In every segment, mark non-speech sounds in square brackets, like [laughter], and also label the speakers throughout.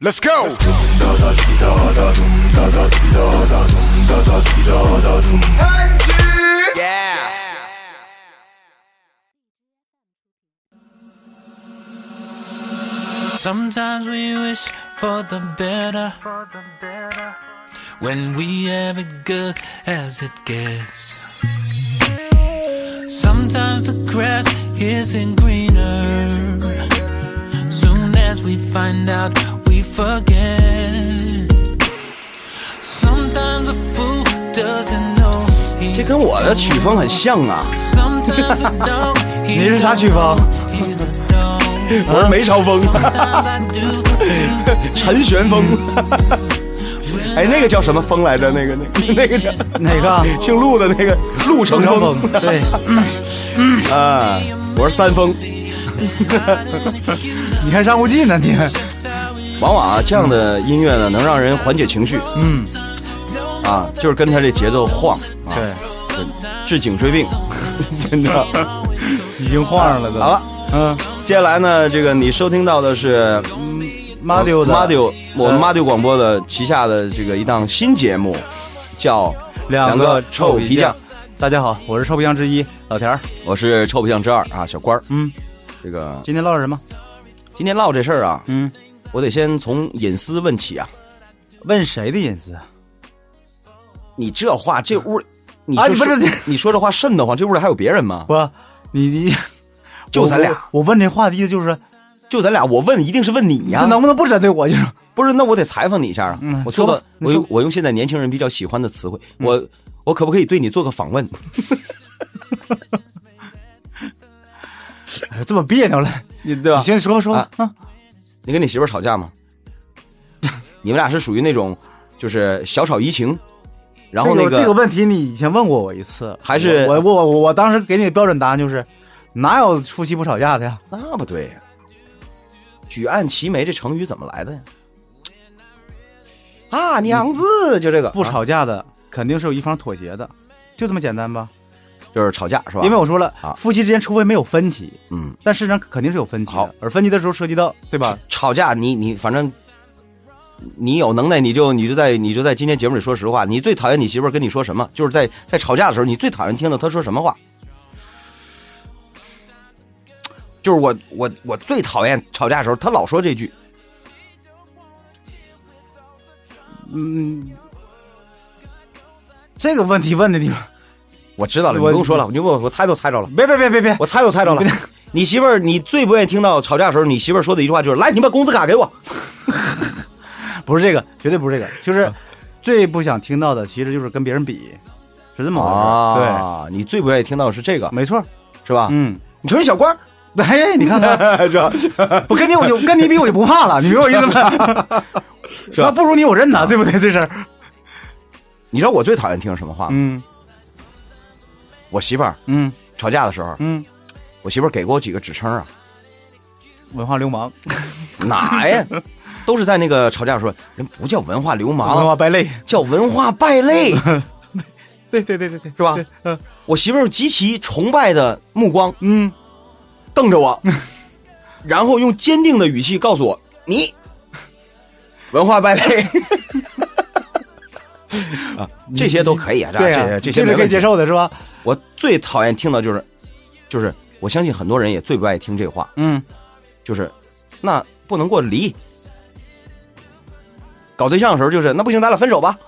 Speaker 1: Let's go. Yeah.
Speaker 2: Sometimes we wish for the better. When we have it good as it gets. Sometimes the grass isn't greener. Soon as we find out, we forget. Sometimes a fool doesn't know.
Speaker 3: 这跟我的曲风很像啊！
Speaker 2: Sometimes a dog.
Speaker 4: 你是啥曲风
Speaker 2: He's a dog.
Speaker 3: 我是梅超风，
Speaker 2: Sometimes I do. do
Speaker 3: 陈旋风。哎，那个叫什么风来着？那个、那个、那个叫
Speaker 4: 哪个？
Speaker 3: [laughs] 姓陆的那个陆成
Speaker 4: 张
Speaker 3: 风
Speaker 4: 峰。对，
Speaker 3: [laughs] 啊！我是三丰。
Speaker 4: 你看《张无忌》呢，你
Speaker 3: 往往啊，这样的音乐呢，能让人缓解情绪。嗯，啊，就是跟他这节奏晃，啊、
Speaker 4: 对，
Speaker 3: 治颈椎病， [laughs] 真 [laughs] 的。
Speaker 4: 已经晃上了都。
Speaker 3: 好了，
Speaker 4: 嗯，
Speaker 3: 接下来呢，这个你收听到的是
Speaker 4: 马丢的呃
Speaker 3: 马丢，我们马丢广播的旗下的这个一档新节目，叫《
Speaker 4: 两
Speaker 3: 个
Speaker 4: 个
Speaker 3: 臭
Speaker 4: 臭
Speaker 3: 皮
Speaker 4: 皮
Speaker 3: 匠
Speaker 4: 匠》。大家好，我是臭皮匠之一老田儿。
Speaker 3: 我是臭皮匠之二啊，小官儿。
Speaker 4: 嗯，
Speaker 3: 这个
Speaker 4: 今天唠点什么？
Speaker 3: 今天唠这事儿啊，
Speaker 4: 嗯，
Speaker 3: 我得先从隐私问起啊。
Speaker 4: 问谁的隐私？啊
Speaker 3: 你这话，这屋里，你
Speaker 4: 啊
Speaker 3: 说
Speaker 4: 不是嗯
Speaker 3: 是
Speaker 4: [laughs]
Speaker 3: 你说这话瘆得慌，这屋里还有别人吗？
Speaker 4: 不，你 [laughs] 你
Speaker 3: 就咱俩
Speaker 4: 我。我问这话的意思就是，
Speaker 3: 就咱俩，我问一定是问你呀、
Speaker 4: 这能不能不针对我？就是 [laughs]
Speaker 3: 不是，那我得采访你一下啊！
Speaker 4: 嗯
Speaker 3: 我说个
Speaker 4: 说吧，你
Speaker 3: 我用
Speaker 4: 说嗯
Speaker 3: 我用现在年轻人比较喜欢的词汇，我我可不可以对你做个访问？
Speaker 4: 哎呦这么别扭了。
Speaker 3: 你对
Speaker 4: 你先说吧说吧啊，
Speaker 3: 你跟你媳妇儿吵架吗？ [laughs] 你们俩是属于那种就是小吵怡情，然后那
Speaker 4: 这个这个问题你以前问过我一次，
Speaker 3: 还是
Speaker 4: 我我我我当时给你的标准答案就是，哪有夫妻不吵架的呀？
Speaker 3: 那不对呀、举案齐眉这成语怎么来的呀？啊，娘子，就这个
Speaker 4: 嗯不
Speaker 3: 啊
Speaker 4: 吵架的肯定是有一方妥协的，就这么简单吧？
Speaker 3: 就是吵架是吧？
Speaker 4: 因为我说了
Speaker 3: 啊，
Speaker 4: 夫妻之间除非没有分歧，
Speaker 3: 嗯，
Speaker 4: 但事实上肯定是有分歧
Speaker 3: 好
Speaker 4: 的。而分歧的时候涉及到对吧？
Speaker 3: 吵架你你反正你有能耐你就你就在你就在今天节目里说实话，你最讨厌你媳妇儿跟你说什么？就是在在吵架的时候，你最讨厌听到她说什么话？就是我我我最讨厌吵架的时候，她老说这句，
Speaker 4: 嗯，这个问题问的你
Speaker 3: 我知道了，你不
Speaker 4: 我
Speaker 3: 用说了，你问我我猜都猜着了，
Speaker 4: 别别别别别，
Speaker 3: 我猜都猜着了。你媳妇儿，你最不愿意听到吵架的时候，你媳妇儿说的一句话就是：“来，你把工资卡给我。
Speaker 4: 不是这个，绝对不是这个，就是最不想听到的，其实就是跟别人比，是这”么回事儿。
Speaker 3: 啊，对，你最不愿意听到的是这个
Speaker 4: 对，，没错。
Speaker 3: 是吧？
Speaker 4: 嗯， [laughs]
Speaker 3: 你瞅你小官儿，
Speaker 4: 哎，你看 [laughs] 看，
Speaker 3: 是吧？
Speaker 4: 我跟你我就跟你比，我就不怕了，你明啊白我意思 [laughs] 吗？
Speaker 3: 是吧
Speaker 4: 那不如你我认呐，对不对？这事儿，
Speaker 3: 你知道我最讨厌听什么话吗？
Speaker 4: 嗯
Speaker 3: 我媳妇儿
Speaker 4: 嗯
Speaker 3: 吵架的时候，
Speaker 4: 嗯，
Speaker 3: 我媳妇儿给过我几个指称啊，
Speaker 4: 文化流氓，
Speaker 3: 哪
Speaker 4: [laughs]
Speaker 3: 呀？都是在那个吵架的时候，人不叫文化流
Speaker 4: 文
Speaker 3: 氓，
Speaker 4: 化败类，
Speaker 3: 叫文化败
Speaker 4: [laughs]
Speaker 3: 类，是
Speaker 4: 对对对对对，
Speaker 3: 吧？
Speaker 4: 嗯
Speaker 3: 我媳妇儿用极其崇拜的目光
Speaker 4: 嗯，
Speaker 3: 瞪着
Speaker 4: [laughs]
Speaker 3: 我，然后用坚定的语气告诉我：“你文化败
Speaker 4: [laughs]
Speaker 3: 类。”啊，这些都可以啊，
Speaker 4: 对
Speaker 3: 这
Speaker 4: 啊，
Speaker 3: 这
Speaker 4: 这
Speaker 3: 些没
Speaker 4: 是可
Speaker 3: 问
Speaker 4: 以接
Speaker 3: 题。
Speaker 4: 受的，是吧？
Speaker 3: 我最讨厌听到就是，就是我相信很多人也最不爱听这话，
Speaker 4: 嗯，
Speaker 3: 就是那不能过离。搞对象的时候就是那不行，咱俩分手吧。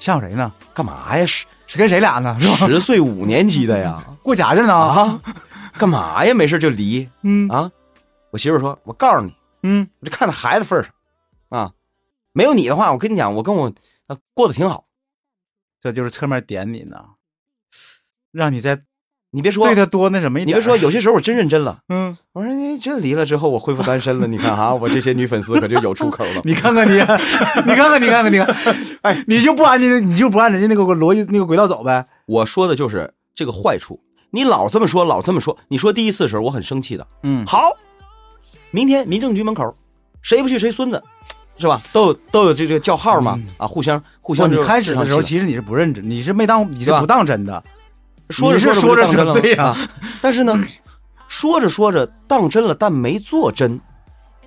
Speaker 4: 像谁呢？
Speaker 3: 干嘛呀？十
Speaker 4: 谁跟谁俩呢？是吧？
Speaker 3: 十岁五年级的呀
Speaker 4: [laughs] 过假着呢
Speaker 3: 啊？干嘛呀？没事就离
Speaker 4: 嗯
Speaker 3: 啊？我媳妇儿说，我告诉你，
Speaker 4: 嗯，
Speaker 3: 我就看在孩子份儿上啊，没有你的话，我跟你讲，我跟我、呃过得挺好。
Speaker 4: 这就是侧面点你呢，让你再
Speaker 3: 你别说，
Speaker 4: 对他多那什么一
Speaker 3: 你
Speaker 4: 点儿。
Speaker 3: 别说，有些时候我真认真了。
Speaker 4: 嗯，
Speaker 3: 我说你这离了之后，我恢复单身了。你看哈、我这些女粉丝可就有出口了
Speaker 4: [laughs] 。你看看你，你看看你看看你看， [laughs] 哎，你就不按人家，你就不按人家那个逻辑那个轨道走呗。
Speaker 3: 我说的就是这个坏处。你老这么说，老这么说。你说第一次的时候，我很生气的。
Speaker 4: 嗯，
Speaker 3: 好，明天民政局门口，谁不去谁孙子，是吧？都有都有这个叫号嘛，啊，互相互
Speaker 4: 不，
Speaker 3: 相就
Speaker 4: 嗯哦
Speaker 3: 是
Speaker 4: 你
Speaker 3: 呃
Speaker 4: 开始的时候
Speaker 3: 上气
Speaker 4: 其实你是不认真，你是没当，你
Speaker 3: 是
Speaker 4: 是
Speaker 3: 吧
Speaker 4: 不当真的。
Speaker 3: 了说着
Speaker 4: 你是
Speaker 3: 说
Speaker 4: 说着
Speaker 3: 就当真了嘛
Speaker 4: 是对呀
Speaker 3: 啊但是呢，说着说着当真了，但没做真，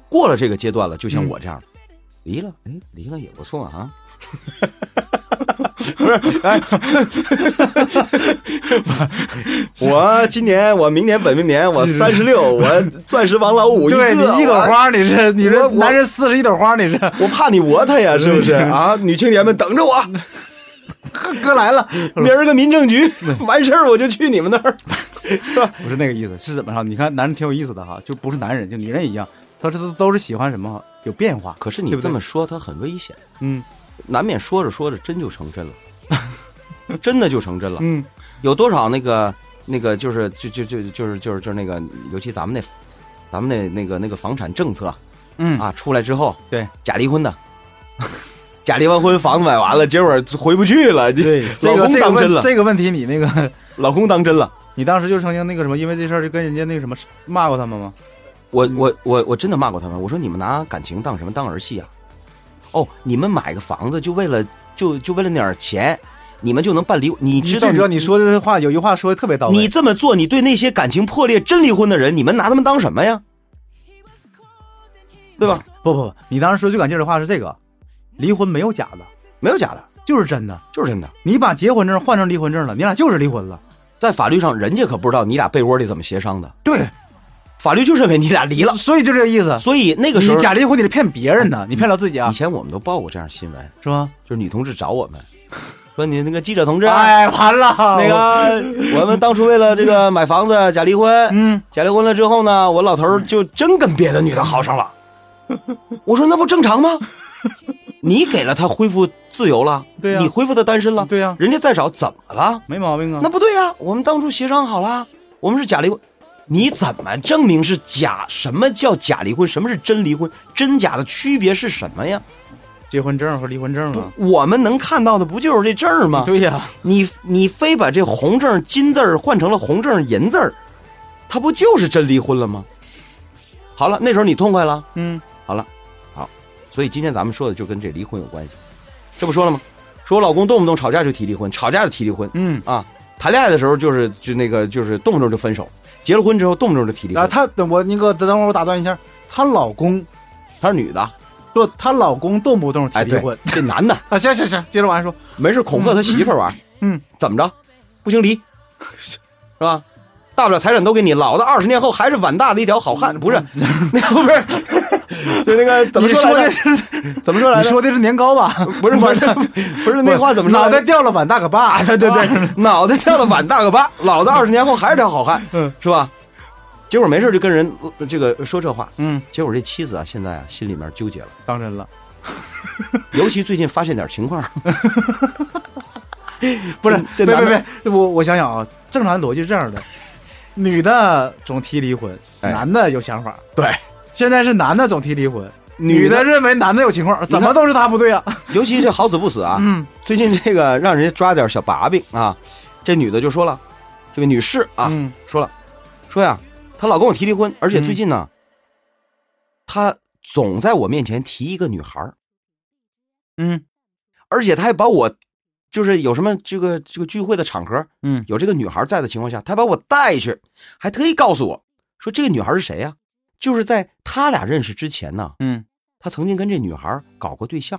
Speaker 3: 过了这个阶段了，就
Speaker 4: 嗯
Speaker 3: 像我这样的，离了，哎，离了也不错
Speaker 4: [laughs]
Speaker 3: 啊。不是，哎， [laughs] 我今年，我明年，本命年，我三十六，我钻石王老五一个，
Speaker 4: 对你一朵
Speaker 3: 我
Speaker 4: 花，你是你
Speaker 3: 我
Speaker 4: 这
Speaker 3: 我
Speaker 4: 男人四十一朵花，你是
Speaker 3: 我怕你讹他呀，是不是啊？女青年们等着我，
Speaker 4: 嗯 [laughs] 哥来了，嗯
Speaker 3: 明儿个民政局完事儿我就去你们那儿，是吧？
Speaker 4: [laughs] 不是那个意思，是怎么着？你看男人挺有意思的哈，就不是男人，就女人一样，他这都都是喜欢什么有变化。
Speaker 3: 可是
Speaker 4: 对
Speaker 3: 你
Speaker 4: 不对
Speaker 3: 这么说，他很危险，
Speaker 4: 嗯
Speaker 3: 难免说着说着真就成真了， [laughs] 真的就成真了。
Speaker 4: 嗯，
Speaker 3: 有多少那个那个就是就就就就是就是就是那个，尤其咱们那咱们那那个那个房产政策
Speaker 4: 嗯
Speaker 3: 啊，出来之后
Speaker 4: 对
Speaker 3: 假离婚的， [laughs] 假离完婚房子买完了，结果回不去了，
Speaker 4: 对，这
Speaker 3: 老
Speaker 4: 个
Speaker 3: 公
Speaker 4: 这个
Speaker 3: 当真
Speaker 4: 问
Speaker 3: 了，
Speaker 4: 这个问题，你那个
Speaker 3: 老公当真了。
Speaker 4: 你当时就曾经那个什么，因为这事儿就跟人家那个什么骂过他们吗？
Speaker 3: 我
Speaker 4: 嗯
Speaker 3: 我我我真的骂过他们，我说你们拿感情当什么当儿戏啊？哦，你们买个房子就为了就就为了那点儿钱，你们就能办离婚？你知道
Speaker 4: 最主要你说的话有句话说的特别到位，
Speaker 3: 你这么做，你对那些感情破裂、真离婚的人，你们拿他们当什么呀？对吧？
Speaker 4: 不不不，你当时说最感劲儿的话是这个，离婚没有假的，
Speaker 3: 没有假的，
Speaker 4: 就是真的。
Speaker 3: 就是真的。
Speaker 4: 你把结婚证换成离婚证了，你俩就是离婚了。
Speaker 3: 在法律上，人家可不知道你俩被窝里怎么协商的，
Speaker 4: 对，
Speaker 3: 法律就认为你俩离了。
Speaker 4: 所以就这个意思。
Speaker 3: 所以那个时
Speaker 4: 啊你
Speaker 3: 候，
Speaker 4: 假离婚你是骗别人的，你骗了自己啊
Speaker 3: 以，前我们都报过这样新闻，
Speaker 4: 是吗？
Speaker 3: 就是女同志找我们，说你那个记者同志啊，
Speaker 4: 哎，完了，
Speaker 3: [laughs] 那个我们当初为了这个买房子假离婚，
Speaker 4: 哦嗯，
Speaker 3: 假离婚了之后呢，我老头儿就真跟别的女的好上了。我说那不正常吗？你给了他恢复自由了，
Speaker 4: 对呀
Speaker 3: 你恢复他单身了，
Speaker 4: 对呀
Speaker 3: 人家再找怎么了？
Speaker 4: 没毛病啊。
Speaker 3: 那不对呀、我们当初协商好了，我们是假离婚。你怎么证明是假？什么叫假离婚？什么是真离婚？真假的区别是什么呀？
Speaker 4: 结婚证和离婚证啊，
Speaker 3: 我们能看到的不就是这证儿吗？
Speaker 4: 对呀、
Speaker 3: 你你非把这红证金字儿换成了红证银字儿，他不就是真离婚了吗？好了，那时候你痛快了，
Speaker 4: 嗯，
Speaker 3: 好了，好，所以今天咱们说的就跟这离婚有关系，这不说了吗？说我老公动不动吵架就提离婚，吵架就提离婚，
Speaker 4: 嗯
Speaker 3: 啊，谈恋爱的时候就是就那个就是动不动就分手，结了婚之后动不动就提离
Speaker 4: 啊，
Speaker 3: 婚。
Speaker 4: 她我那个等会儿我打断一下，她老公
Speaker 3: 她是女的，
Speaker 4: 不，她老公动不动提
Speaker 3: 哎，
Speaker 4: 离
Speaker 3: 对
Speaker 4: 婚、，
Speaker 3: 这男的
Speaker 4: 啊，行行行，接着往下说，
Speaker 3: 没事恐吓他媳妇儿玩，
Speaker 4: 嗯，
Speaker 3: 怎么着？不行离，是吧？大不了财产都给你，老子二十年后还是碗大的一条好
Speaker 4: 嗯
Speaker 3: 汉，不是？那不
Speaker 4: [laughs]
Speaker 3: 是，就那个怎么
Speaker 4: 你说
Speaker 3: 来
Speaker 4: 的
Speaker 3: 着？
Speaker 4: 是 [laughs]
Speaker 3: 怎么说来
Speaker 4: 你
Speaker 3: 着？
Speaker 4: 说的是年糕吧？
Speaker 3: 不是
Speaker 4: [laughs]
Speaker 3: 不是不是那话怎么说来
Speaker 4: 脑
Speaker 3: 着？
Speaker 4: 袋掉了碗大个疤，
Speaker 3: 对对对，脑袋掉了碗大个疤，老子二十年后还是条好汉，
Speaker 4: 嗯
Speaker 3: 是吧？结果没事就跟人呃这个说这话，
Speaker 4: 嗯，
Speaker 3: 结果这妻子啊现在啊心里面纠结了，
Speaker 4: 当真了，
Speaker 3: 尤其最近发现点情
Speaker 4: [laughs]
Speaker 3: 况，
Speaker 4: 不是
Speaker 3: 嗯，
Speaker 4: 别
Speaker 3: 这
Speaker 4: 别
Speaker 3: 男的
Speaker 4: 别，我我想想啊，正常逻辑是这样的，女的总提离婚，
Speaker 3: 哎
Speaker 4: 男的有想法，
Speaker 3: 对，
Speaker 4: 现在是男的总提离婚，女
Speaker 3: 女
Speaker 4: 的
Speaker 3: 的
Speaker 4: 认为男的有情况，怎么都是他不对啊，
Speaker 3: 尤其这好死不死啊，
Speaker 4: 嗯
Speaker 3: 最近这个让人家抓点小把柄啊，这女的就说了，这位女士啊、
Speaker 4: 嗯
Speaker 3: 说了，说呀，她老跟我提离婚，而且最近呢，她总在我面前提一个女孩儿
Speaker 4: 嗯
Speaker 3: 而且她还把我，就是有什么这个这个聚会的场合，
Speaker 4: 嗯，
Speaker 3: 有这个女孩在的情况下，她把我带去，还特意告诉我说这个女孩是谁呀、就是在他俩认识之前呢，
Speaker 4: 嗯，
Speaker 3: 他曾经跟这女孩搞过对象，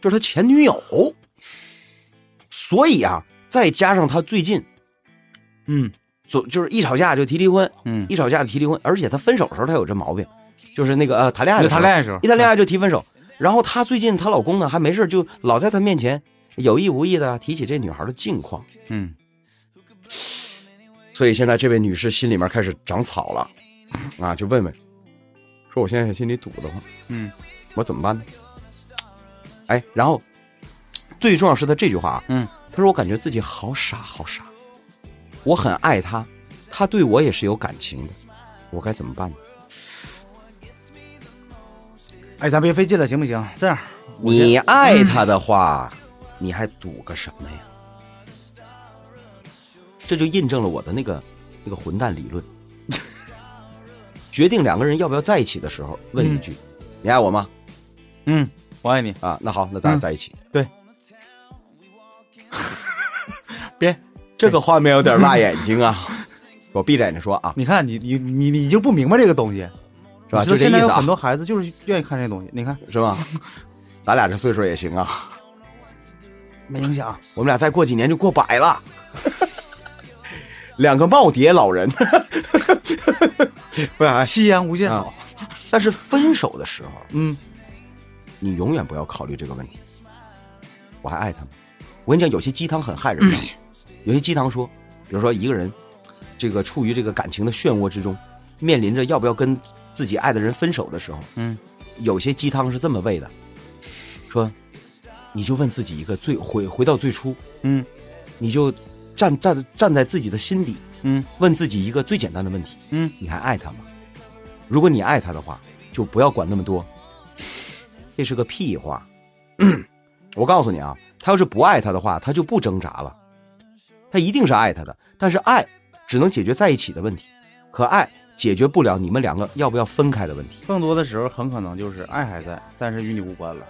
Speaker 3: 就是他前女友。所以啊，再加上他最近
Speaker 4: 嗯
Speaker 3: 总就是一吵架就提离婚，
Speaker 4: 嗯
Speaker 3: 一吵架就提离婚，而且他分手的时候他有这毛病，就是那个呃谈恋爱的
Speaker 4: 就
Speaker 3: 时候
Speaker 4: 谈恋爱的时候
Speaker 3: 一谈恋爱就提分手。然后她最近她老公呢还没事就老在她面前有意无意的提起这女孩的近况，
Speaker 4: 嗯，
Speaker 3: 所以现在这位女士心里面开始长草了，啊，就问问，说我现在心里堵得慌，
Speaker 4: 嗯，
Speaker 3: 我怎么办呢？哎，然后最重要是她这句话啊，
Speaker 4: 嗯，
Speaker 3: 她说我感觉自己好傻好傻，我很爱他，他对我也是有感情的，我该怎么办呢？
Speaker 4: 哎，咱别费劲了，行不行？这样，我先嗯
Speaker 3: 你爱他的话，你还赌个什么呀？这就印证了我的那个那个混蛋理论。 [laughs] 决定两个人要不要在一起的时候，问一句：“你爱我吗
Speaker 4: 嗯，我爱你，？”
Speaker 3: 啊，那好，那咱俩
Speaker 4: 嗯
Speaker 3: 在一起。
Speaker 4: 别，
Speaker 3: 这个画面有点辣眼睛啊！我闭着眼睛说啊，
Speaker 4: 你看你你你你就不明白这个东西，
Speaker 3: 是吧？
Speaker 4: 你
Speaker 3: 就
Speaker 4: 说
Speaker 3: 这
Speaker 4: 现在
Speaker 3: 意
Speaker 4: 有
Speaker 3: 思啊
Speaker 4: 很，多孩子就是愿意看这些东西，你看
Speaker 3: 是吧？咱俩这岁数也行啊，
Speaker 4: 没影响。
Speaker 3: 我们俩再过几年就过百了， [laughs] 两个耄耋老人，不然
Speaker 4: 夕阳无限好，
Speaker 3: [laughs] 但是分手的时候，
Speaker 4: 啊嗯，
Speaker 3: 你永远不要考虑这个问题。我还爱他吗？我跟你讲，有些鸡汤很害人的，
Speaker 4: 嗯
Speaker 3: 有些鸡汤说，比如说一个人，这个处于这个感情的漩涡之中，面临着要不要跟自己爱的人分手的时候，
Speaker 4: 嗯，
Speaker 3: 有些鸡汤是这么喂的，说，你就问自己一个最回回到最初，
Speaker 4: 嗯，
Speaker 3: 你就站站站在自己的心底，
Speaker 4: 嗯，
Speaker 3: 问自己一个最简单的问题，
Speaker 4: 嗯，
Speaker 3: 你还爱他吗？如果你爱他的话，就不要管那么多，这是个屁话。 [clears throat] 我告诉你啊，他要是不爱他的话，他就不挣扎了，他一定是爱他的。但是爱只能解决在一起的问题，可爱解决不了你们两个要不要分开的问题。
Speaker 4: 更多的时候很可能就是爱还在，但是与你无关了，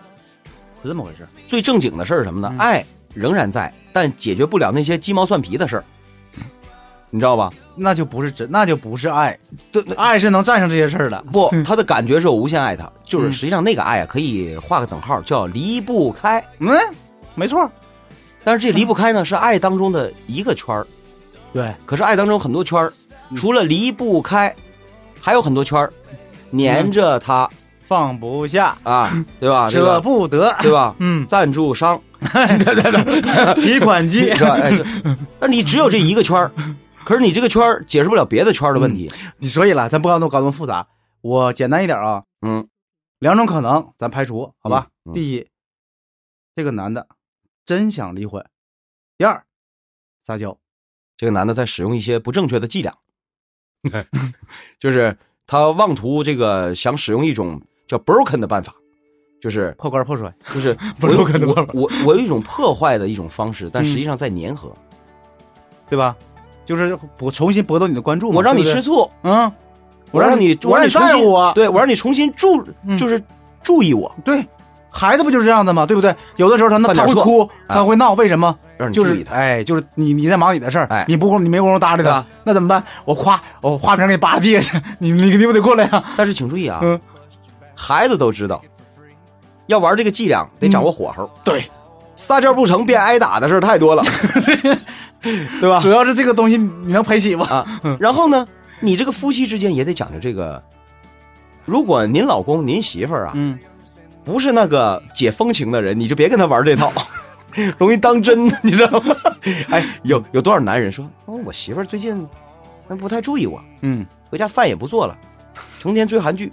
Speaker 4: 是这么回事。
Speaker 3: 最正经的事儿是什么呢？
Speaker 4: 嗯
Speaker 3: 爱仍然在，但解决不了那些鸡毛蒜皮的事儿，你知道吧？
Speaker 4: 那就不是真，那就不是爱，
Speaker 3: 对，对
Speaker 4: 爱是能战胜这些事儿的。 [laughs]
Speaker 3: 不，他的感觉是我无限爱他，就是
Speaker 4: 嗯
Speaker 3: 实际上那个爱啊，可以画个等号，叫离不开。
Speaker 4: 嗯，没错，
Speaker 3: 但是这离不开呢，是爱当中的一个圈儿。
Speaker 4: 对，
Speaker 3: 可是爱当中很多圈儿，
Speaker 4: 嗯
Speaker 3: 除了离不开，还有很多圈儿，粘着他、
Speaker 4: 放不下，
Speaker 3: 啊，对吧？这
Speaker 4: 嗯舍
Speaker 3: 个
Speaker 4: 不 [laughs] 得，
Speaker 3: 对吧？
Speaker 4: 嗯，
Speaker 3: 赞助
Speaker 4: [laughs]
Speaker 3: 商
Speaker 4: 提款机 [laughs]
Speaker 3: 是吧？哎，就但你只有这一个圈儿，可是你这个圈儿解释不了别的圈儿的问题。
Speaker 4: 你所以了，咱不搞那么搞那么复杂，我简单一点啊，
Speaker 3: 嗯，
Speaker 4: 两种可能咱排除，好吧？
Speaker 3: 嗯嗯
Speaker 4: 第一，这个男的真想离婚；第二，撒娇，
Speaker 3: 这个男的在使用一些不正确的伎
Speaker 4: [laughs]
Speaker 3: 俩，就是他妄图这个想使用一种叫 broken 的办法，就是
Speaker 4: 破罐破摔，
Speaker 3: 就是
Speaker 4: [laughs] 不是
Speaker 3: 我有
Speaker 4: broken 的办法
Speaker 3: 我我我有一种破坏的一种方式，但
Speaker 4: 嗯
Speaker 3: 实际上在粘合，
Speaker 4: 对吧？就是博重新博得你的关注嘛，
Speaker 3: 我让你
Speaker 4: 对不
Speaker 3: 吃
Speaker 4: 对，
Speaker 3: 醋。
Speaker 4: 嗯，
Speaker 3: 我让你，
Speaker 4: 我
Speaker 3: 让
Speaker 4: 让
Speaker 3: 你
Speaker 4: 你
Speaker 3: 重
Speaker 4: 在
Speaker 3: 新
Speaker 4: 乎我，
Speaker 3: 对我让你重新注，
Speaker 4: 嗯
Speaker 3: 就是注意我，
Speaker 4: 对，孩子不就是这样的吗？对不对？有的时候他那
Speaker 3: 犯
Speaker 4: 他
Speaker 3: 点
Speaker 4: 会
Speaker 3: 错
Speaker 4: 哭，他会闹，为什么？
Speaker 3: 让你
Speaker 4: 就
Speaker 3: 注
Speaker 4: 啊是
Speaker 3: 意他。
Speaker 4: 哎，就是你你在忙你的事儿，
Speaker 3: 哎
Speaker 4: 你不工你没工夫搭理
Speaker 3: 对
Speaker 4: 他
Speaker 3: 啊，
Speaker 4: 那怎么办？我夸我花瓶给你扒地下去，你你你不得过来呀？
Speaker 3: 但是请注意啊，
Speaker 4: 嗯
Speaker 3: 孩子都知道，要玩这个伎俩得掌握火候，
Speaker 4: 嗯对，
Speaker 3: 撒娇不成便挨打的事儿太
Speaker 4: [laughs]
Speaker 3: 多了，对吧
Speaker 4: 主？要是嗯这个东西你能赔起吗？
Speaker 3: 啊，然后呢，你这个夫妻之间也得讲究这个。如果您老公、您媳妇儿啊，
Speaker 4: 嗯，
Speaker 3: 不是那个解风情的人，你就别跟他玩这套，容易当真，你知道吗？哎，有有多少男人说，哦、我媳妇儿最近嗯不太注意我，
Speaker 4: 嗯
Speaker 3: 回家饭也不做了，成天追韩剧，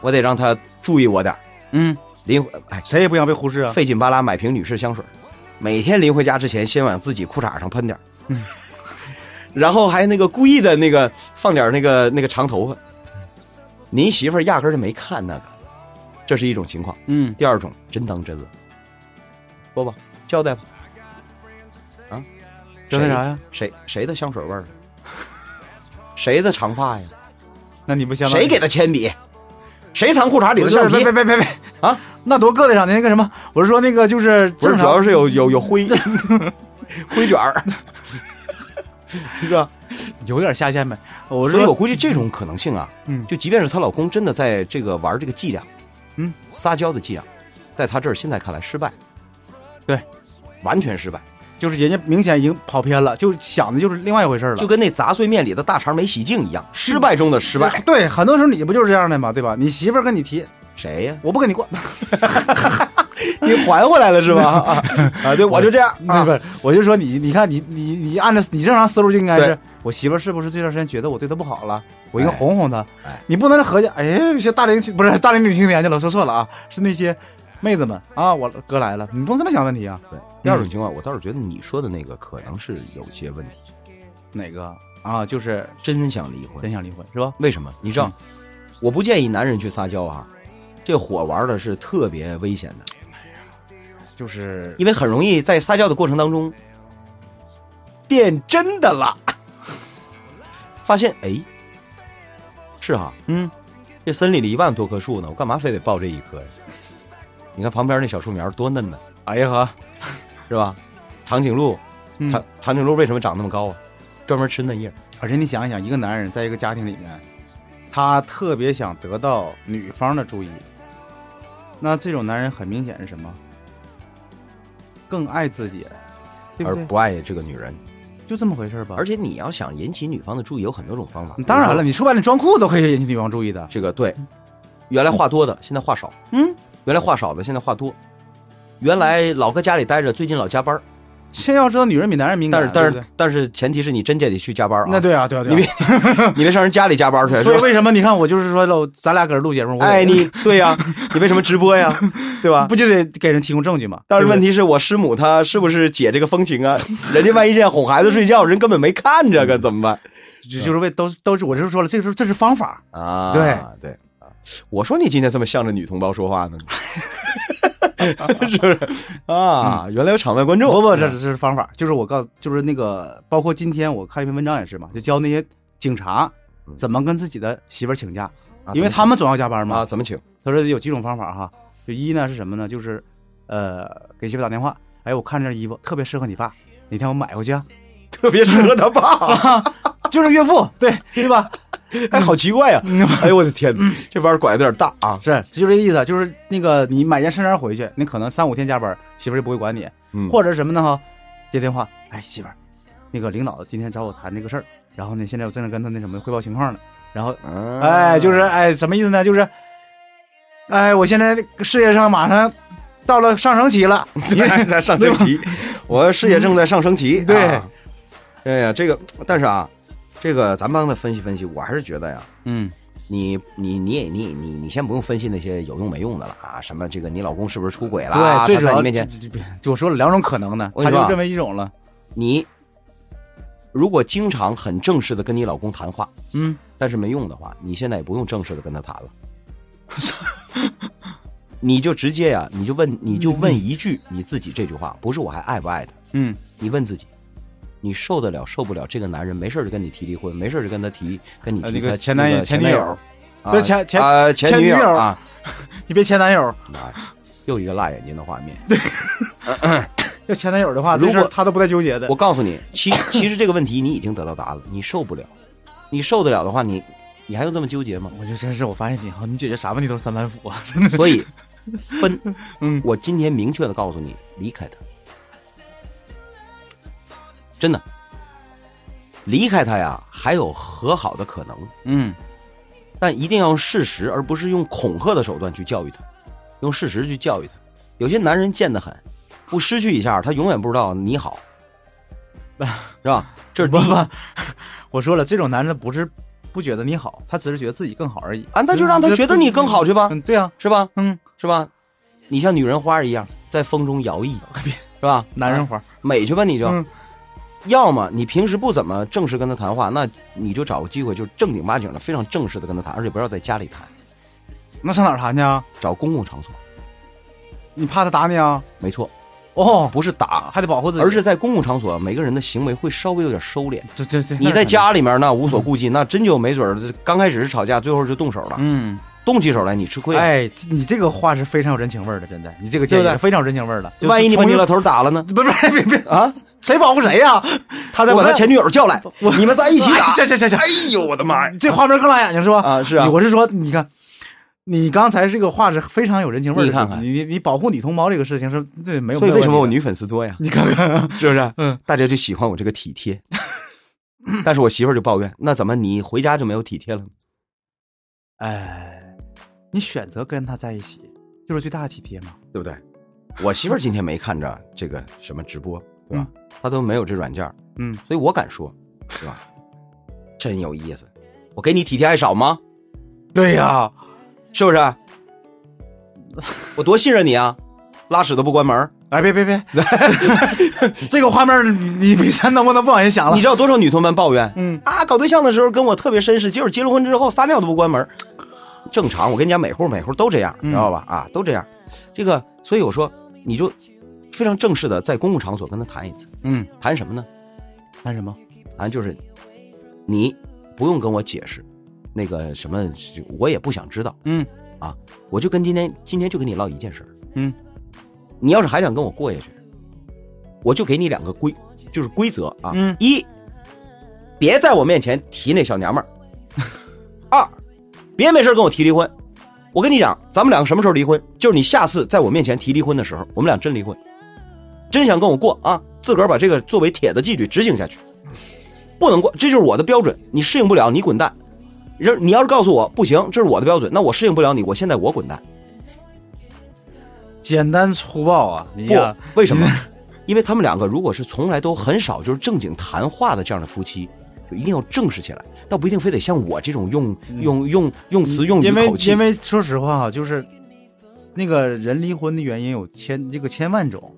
Speaker 3: 我得让她注意我点儿
Speaker 4: 嗯，
Speaker 3: 临回哎，
Speaker 4: 谁也不想被忽视啊。
Speaker 3: 费劲巴拉买瓶女士香水，每天临回家之前先往自己裤衩上喷点儿，然后还那个故意的那个放点儿那个那个长头发。您媳妇儿压根儿就没看那个，这是一种情况。
Speaker 4: 嗯，
Speaker 3: 第二种真当真了，说吧，交代吧，啊，
Speaker 4: 交代啥呀？
Speaker 3: 谁谁的香水味儿啊？ [laughs] 谁的长发呀？
Speaker 4: 那你不相当于
Speaker 3: 谁给他铅笔？谁藏裤衩里
Speaker 4: 不
Speaker 3: 的
Speaker 4: 是
Speaker 3: 橡皮
Speaker 4: 别？别别别别
Speaker 3: 啊！
Speaker 4: 那多硌得上你那个什么？我是说那个就是
Speaker 3: 不是，
Speaker 4: 正
Speaker 3: 主
Speaker 4: 常
Speaker 3: 要是有有有灰， [laughs] 灰卷
Speaker 4: [laughs]
Speaker 3: 儿，是吧？
Speaker 4: 有点下线呗。我是
Speaker 3: 所以我
Speaker 4: 说
Speaker 3: 估计这种可能性啊，
Speaker 4: 嗯
Speaker 3: 就即便是她老公真的在这个玩这个伎俩，
Speaker 4: 嗯，
Speaker 3: 撒娇的伎俩，在她这儿现在看来失败，
Speaker 4: 对，
Speaker 3: 完全失败，
Speaker 4: 就是人家明显已经跑偏了，就想的就是另外一回事儿了。
Speaker 3: 就跟那杂碎面里的大肠没洗净一样，失败中的失败。
Speaker 4: 对，很多时候你不就是这样的吗？对吧？你媳妇儿跟你提，
Speaker 3: [laughs] 谁呀？
Speaker 4: 我不跟你过，
Speaker 3: [laughs] 你还回来了是吧？[laughs]
Speaker 4: [laughs]
Speaker 3: 啊啊，对，我就这样
Speaker 4: 那
Speaker 3: 啊
Speaker 4: 不，是，我就说你，你看你你你按照你正常思路就应该
Speaker 3: 对
Speaker 4: 是，我媳妇儿是不是这段时间觉得我对她不好了？我应该
Speaker 3: 哎
Speaker 4: 哄哄她。
Speaker 3: 哎
Speaker 4: 你不能合计，哎，些大龄青不是大龄女青年去了，我说错了啊，是那些妹子们啊，我哥来了，你不能这么想问题啊。
Speaker 3: 对第二种情况，我倒是觉得你说的那个可能是有些问题，
Speaker 4: 哪个啊？就是
Speaker 3: 真嗯想离婚
Speaker 4: 真。想离婚是吧？
Speaker 3: 为什么？你知道，我不建议男人去撒娇啊，这火玩的是特别危险的，
Speaker 4: 就是
Speaker 3: 因为很容易在撒娇的过程当中变真的了，发现哎，是哈，
Speaker 4: 嗯，
Speaker 3: 这森林里一万多棵树呢，我干嘛非得抱这一棵呀？你看旁边那小树苗多嫩呢，
Speaker 4: 哎呀呵，
Speaker 3: 是吧？长颈鹿，
Speaker 4: 嗯
Speaker 3: 长长颈鹿为什么长那么高啊？专门吃嫩叶儿，
Speaker 4: 而且你想一想，一个男人在一个家庭里面，他特别想得到女方的注意。那这种男人很明显是什么？更爱自己，对不
Speaker 3: 而
Speaker 4: 对？
Speaker 3: 不爱这个女人。
Speaker 4: 就这么回事儿吧。
Speaker 3: 而且你要想引起女方的注意，有很多种方法。
Speaker 4: 嗯当然了，
Speaker 3: 比
Speaker 4: 你说白了，装酷都可以引起女方注意的
Speaker 3: 如说，。这个对，原来话多的，现在话少；
Speaker 4: 嗯，
Speaker 3: 原来话少的，现在话多。原来老搁家里待着，最近老加班儿，
Speaker 4: 先要知道女人比男人敏感
Speaker 3: 但是，但
Speaker 4: 对
Speaker 3: 是但是前提是你真得去加班啊，
Speaker 4: 不对那对啊，对啊，对啊
Speaker 3: 你别你别上人家里加班去。啊
Speaker 4: 所以
Speaker 3: 是吧
Speaker 4: 为什么你看我就是说喽，咱俩搁这录节目，我
Speaker 3: 哎，
Speaker 4: [laughs]
Speaker 3: 你对呀、你为什么直播呀？对吧？
Speaker 4: 不就得给人提供证据吗？
Speaker 3: 但是问
Speaker 4: 题
Speaker 3: 题是我师母她是不是解这个风情啊？人家万一现在哄孩子睡觉，人根本没看这
Speaker 4: 嗯
Speaker 3: 个，怎么办
Speaker 4: 就就是为都都是我就说了，这个是这是方法，
Speaker 3: 啊？
Speaker 4: 对
Speaker 3: 对啊我说你今天这么向着女同胞说话呢，是不是啊？原来有场外观众，
Speaker 4: 不不，这这是方法，就是我告就是那个，包括今天我看一篇文章也是嘛，就教那些警察
Speaker 3: 嗯
Speaker 4: 怎么跟自己的媳妇儿请假，
Speaker 3: 啊
Speaker 4: 因为他们总要加班嘛
Speaker 3: 啊，。怎么请？
Speaker 4: 他说有几种方法哈，就一呢是什么呢？就是呃给媳妇打电话，哎，我看这衣服特别适合你爸，哪天我买回去啊？
Speaker 3: [laughs] 特别适合他 [laughs] 爸，
Speaker 4: 就是岳父，对对吧？
Speaker 3: 哎，好奇怪呀！哎呦我的天，这弯儿拐的有点大啊！
Speaker 4: 是，就这意思，就是那个你买件衬衫回去，你可能三五天加班，媳妇儿就不会管你，
Speaker 3: 嗯
Speaker 4: 或者是什么呢？哈，接电话，哎，媳妇儿，那个领导今天找我谈这个事儿，然后呢，现在我正在跟他那什么汇报情况呢，然后，
Speaker 3: 啊
Speaker 4: 哎，就
Speaker 3: [laughs]
Speaker 4: 是哎，什么意思呢？就是，哎，我现在事业上马上到了上升期了，
Speaker 3: 在在上升期，我事业正在上升期。
Speaker 4: 对
Speaker 3: 啊哎呀，这个，但是啊，这个咱帮他分析分析，我还是觉得呀，
Speaker 4: 嗯，
Speaker 3: 你你你也你你你先不用分析那些有用没用的了啊，什么这个你老公是不是出轨了啊？
Speaker 4: 对，最主
Speaker 3: 他在你
Speaker 4: 要
Speaker 3: 面前，
Speaker 4: 就就就我说了两种可能呢，
Speaker 3: 我
Speaker 4: 他
Speaker 3: 跟你说啊
Speaker 4: 就认为一种了，
Speaker 3: 你如果经常很正式的跟你老公谈话，
Speaker 4: 嗯，
Speaker 3: 但是没用的话，你现在也不用正式的跟他谈了，你就直接呀、你就问你就问一句你自己这句话，不是我还爱不爱他，
Speaker 4: 嗯，
Speaker 3: 你问自己。你受得了受不了这个男人没事儿就跟你提离婚，没事儿就跟他提跟你
Speaker 4: 呃
Speaker 3: 提
Speaker 4: 那个
Speaker 3: 他
Speaker 4: 前
Speaker 3: 那
Speaker 4: 男
Speaker 3: 个
Speaker 4: 友前
Speaker 3: 前
Speaker 4: 女友
Speaker 3: 友，啊
Speaker 4: 不是前前
Speaker 3: 啊前
Speaker 4: 前
Speaker 3: 女
Speaker 4: 女友
Speaker 3: 啊，
Speaker 4: 你别前男友，
Speaker 3: 妈呀，又一个辣眼睛的画面。
Speaker 4: 要前男友的话，
Speaker 3: 如
Speaker 4: 这事儿
Speaker 3: 果
Speaker 4: 他都不带纠结的
Speaker 3: 我，告诉你，其其实这个问题你已经得到答案了，你受不了，你受得了的话，你你还用这么纠结
Speaker 4: [laughs]
Speaker 3: 吗？
Speaker 4: 我就真是我发现你哈，你解决啥问题都是三板斧啊，
Speaker 3: 所以分，
Speaker 4: 嗯
Speaker 3: 我今天明确的告诉你，离开他，真的，离开他呀，还有和好的可能，
Speaker 4: 嗯。
Speaker 3: 但一定要用事实，而不是用恐吓的手段去教育他，用事实去教育他。有些男人贱得很，不失去一下，他永远不知道你好，是吧？这是第
Speaker 4: 不
Speaker 3: 一
Speaker 4: 不， [laughs] 我说了，这种男人不是不觉得你好，他只是觉得自己更好而已。
Speaker 3: 啊，那就让他觉得你更好去吧，
Speaker 4: 嗯，对啊，
Speaker 3: 是吧？
Speaker 4: 嗯，
Speaker 3: 是吧？你像女人花一样在风中摇
Speaker 4: [laughs]
Speaker 3: 曳，是吧？啊
Speaker 4: 男人花，
Speaker 3: 美去吧，你就。
Speaker 4: 嗯
Speaker 3: 要么你平时不怎么正式跟他谈话，那你就找个机会，就正经八经的、非常正式的跟他谈，而且不要在家里谈，
Speaker 4: 那上哪儿谈去啊？
Speaker 3: 找公共场所，
Speaker 4: 你怕他打你啊？
Speaker 3: 没错，
Speaker 4: 哦，
Speaker 3: 不是打，
Speaker 4: 还得保护自己，
Speaker 3: 而是在公共场所，每个人的行为会稍微有点收
Speaker 4: [laughs]
Speaker 3: 敛。
Speaker 4: 这这这，
Speaker 3: 你在，
Speaker 4: [laughs]
Speaker 3: 家里面那无所顾忌，那真就没准儿刚开始是吵架，最后就动手了，
Speaker 4: 嗯，
Speaker 3: 动起手来你吃亏了。啊
Speaker 4: 哎，这你这个话是非常有人情味儿的，真的，你这个建议
Speaker 3: 对不对
Speaker 4: 是非常有人情味儿的。就
Speaker 3: 万一你把
Speaker 4: 从
Speaker 3: 你老头儿打了呢？
Speaker 4: 不不别别，
Speaker 3: 啊，
Speaker 4: 谁保护谁呀？
Speaker 3: 他再把
Speaker 4: 我
Speaker 3: 他
Speaker 4: 在
Speaker 3: 前女友叫
Speaker 4: [laughs]
Speaker 3: 来，你们仨一起打。
Speaker 4: 行行行行，
Speaker 1: 哎呦我的妈呀！
Speaker 4: 这画面更辣眼睛是吧？
Speaker 3: 啊是啊
Speaker 4: 你我是说，你看，你刚才这个话是非常有人情味儿的。
Speaker 3: 你看看
Speaker 4: 你你你保护女同胞这个事情是对没有，
Speaker 3: 所以
Speaker 4: 没有
Speaker 3: 为什么我
Speaker 4: 问题
Speaker 3: 女粉丝多呀？
Speaker 4: 的你看看。
Speaker 3: 是不是？
Speaker 4: 嗯，
Speaker 3: 大家就喜欢我这个体
Speaker 4: [laughs]
Speaker 3: 贴。但是我媳妇儿就抱怨，那怎么你回家就没有体贴了？
Speaker 4: 哎，你选择跟他在一起，就是最大的体贴嘛。
Speaker 3: 对不对？我媳妇儿今天没看着这个什么直播，对吧？她都没有这软件儿，
Speaker 4: 嗯，
Speaker 3: 所以我敢说，是吧？真有意思，我给你体贴还少吗？
Speaker 4: 对呀，
Speaker 3: 是不
Speaker 4: [laughs]
Speaker 3: 是？我多信任你啊！拉屎都不关门儿，
Speaker 4: 哎，别
Speaker 3: [laughs]
Speaker 4: 别别，这个画面儿你你咱能不能不往心想了
Speaker 3: 你？知道多少女同胞抱怨？
Speaker 4: 嗯
Speaker 3: 啊，搞对象的时候跟我特别绅士，结果结了婚之后撒尿都不关门儿，正常。我跟你讲，每户每户都这样，你
Speaker 4: 嗯
Speaker 3: 知道吧？啊，都这样。这个，所以我说，你就非常正式的在公共场所跟他谈一次，
Speaker 4: 嗯，
Speaker 3: 谈什么呢？
Speaker 4: 谈什么？
Speaker 3: 谈就是你不用跟我解释，那个什么，我也不想知道，啊
Speaker 4: 嗯
Speaker 3: 我就跟今天今天就跟你唠一件事儿。
Speaker 4: 嗯，
Speaker 3: 你要是还想跟我过下去，我就给你两个规，就是规则啊。
Speaker 4: 嗯 [laughs]
Speaker 3: 一，别在我面前提那小娘们儿；二，别没事跟我提离婚。我跟你讲，咱们两个什么时候离婚？就是你下次在我面前提离婚的时候，我们俩真离婚。真想跟我过啊，自个儿把这个作为铁的纪律执行下去，不能过，这就是我的标准。你适应不了，你滚蛋。人你要是告诉我不行，这是我的标准，那我适应不了你，我现在我滚蛋。
Speaker 4: 简单粗暴啊！你
Speaker 3: 不
Speaker 4: 呀，，
Speaker 3: 为
Speaker 4: [laughs]
Speaker 3: 什么？因为他们两个如果是从来都很少就是正经谈话的这样的夫妻，就一定要正式起来，倒不一定非得像我这种用用用用词用语
Speaker 4: 嗯因为
Speaker 3: 口气。
Speaker 4: 因为说实话啊，就是那个人离婚的原因有千这个千万种，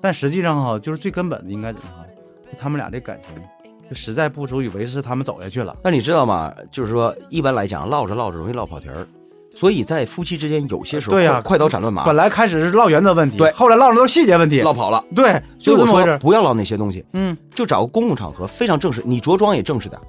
Speaker 4: 但实际上哈、就是最根本的应该怎么哈，就他们俩这感情就实在不足以维持他们走下去了。
Speaker 3: 但你知道吗？就是说，一般来讲，唠着唠着容易唠跑题儿，所以在夫妻之间有些时候
Speaker 4: 对呀
Speaker 3: 快快刀斩乱麻，
Speaker 4: 本来开始是唠原则问题，
Speaker 3: 对
Speaker 4: 后来唠的都是细节问题，
Speaker 3: 唠跑了。
Speaker 4: 对，
Speaker 3: 所
Speaker 4: 就
Speaker 3: 以
Speaker 4: 这
Speaker 3: 我
Speaker 4: 么回
Speaker 3: 说
Speaker 4: 事。
Speaker 3: 不要唠那些东西，
Speaker 4: 嗯，
Speaker 3: 就找个公共场合，非常正式，你着装也正式点儿，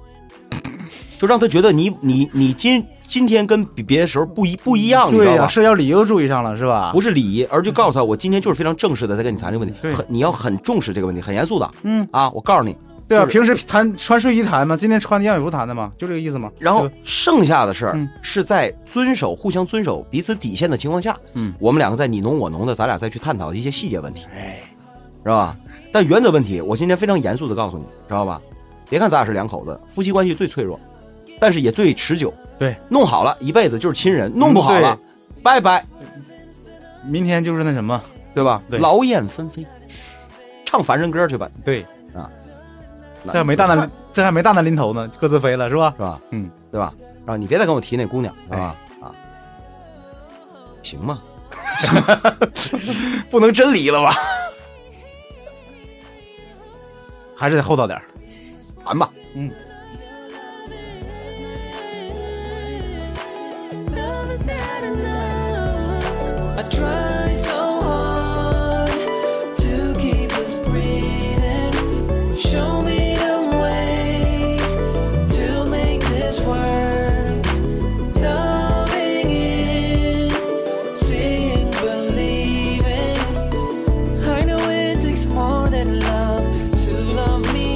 Speaker 3: [laughs] 就让他觉得你你你今今天跟比别的时候不一不一样，你知
Speaker 4: 嗯对
Speaker 3: 道
Speaker 4: 呀、
Speaker 3: 吧？
Speaker 4: 社交礼仪又注意上了是吧？
Speaker 3: 不是礼仪，而就告诉他，我今天就是非常正式的在跟你谈这个问题，
Speaker 4: 对
Speaker 3: 很你要很重视这个问题，很严肃的。
Speaker 4: 嗯
Speaker 3: 啊，我告诉你，
Speaker 4: 对啊，
Speaker 3: 就是
Speaker 4: 平时谈穿睡衣谈嘛，今天穿燕尾服谈的嘛，就这个意思嘛。
Speaker 3: 然后
Speaker 4: 对吧
Speaker 3: 剩下的事儿
Speaker 4: 嗯
Speaker 3: 是在遵守、互相遵守彼此底线的情况下，
Speaker 4: 嗯，
Speaker 3: 我们两个在你侬我侬的，咱俩再去探讨一些细节问题，哎，是吧？但原则问题，我今天非常严肃的告诉你，知道吧？别看咱俩是两口子，夫妻关系最脆弱，但是也最持久。
Speaker 4: 对，嗯
Speaker 3: 弄好了一辈子就是亲人，弄不好了，拜拜，
Speaker 4: 明天就是那什么，
Speaker 3: 对吧？
Speaker 4: 对
Speaker 3: 劳燕分飞，唱凡人歌去吧。
Speaker 4: 对，
Speaker 3: 懒
Speaker 4: 这还没
Speaker 3: 子
Speaker 4: 大
Speaker 3: 汉
Speaker 4: 难，这还没大难临头呢，各自飞了是吧？
Speaker 3: 是吧？
Speaker 4: 嗯，哎
Speaker 3: 对吧？然后你别再跟我提那姑娘，是吧？啊，行吗？不能真离了吧？
Speaker 4: [laughs] 还是得厚道点儿
Speaker 3: 谈吧。
Speaker 5: Love's not enough. I try so hard to keep us breathing. Show me the way to make this work. Loving is seeing, believing. I know it takes more than love to love me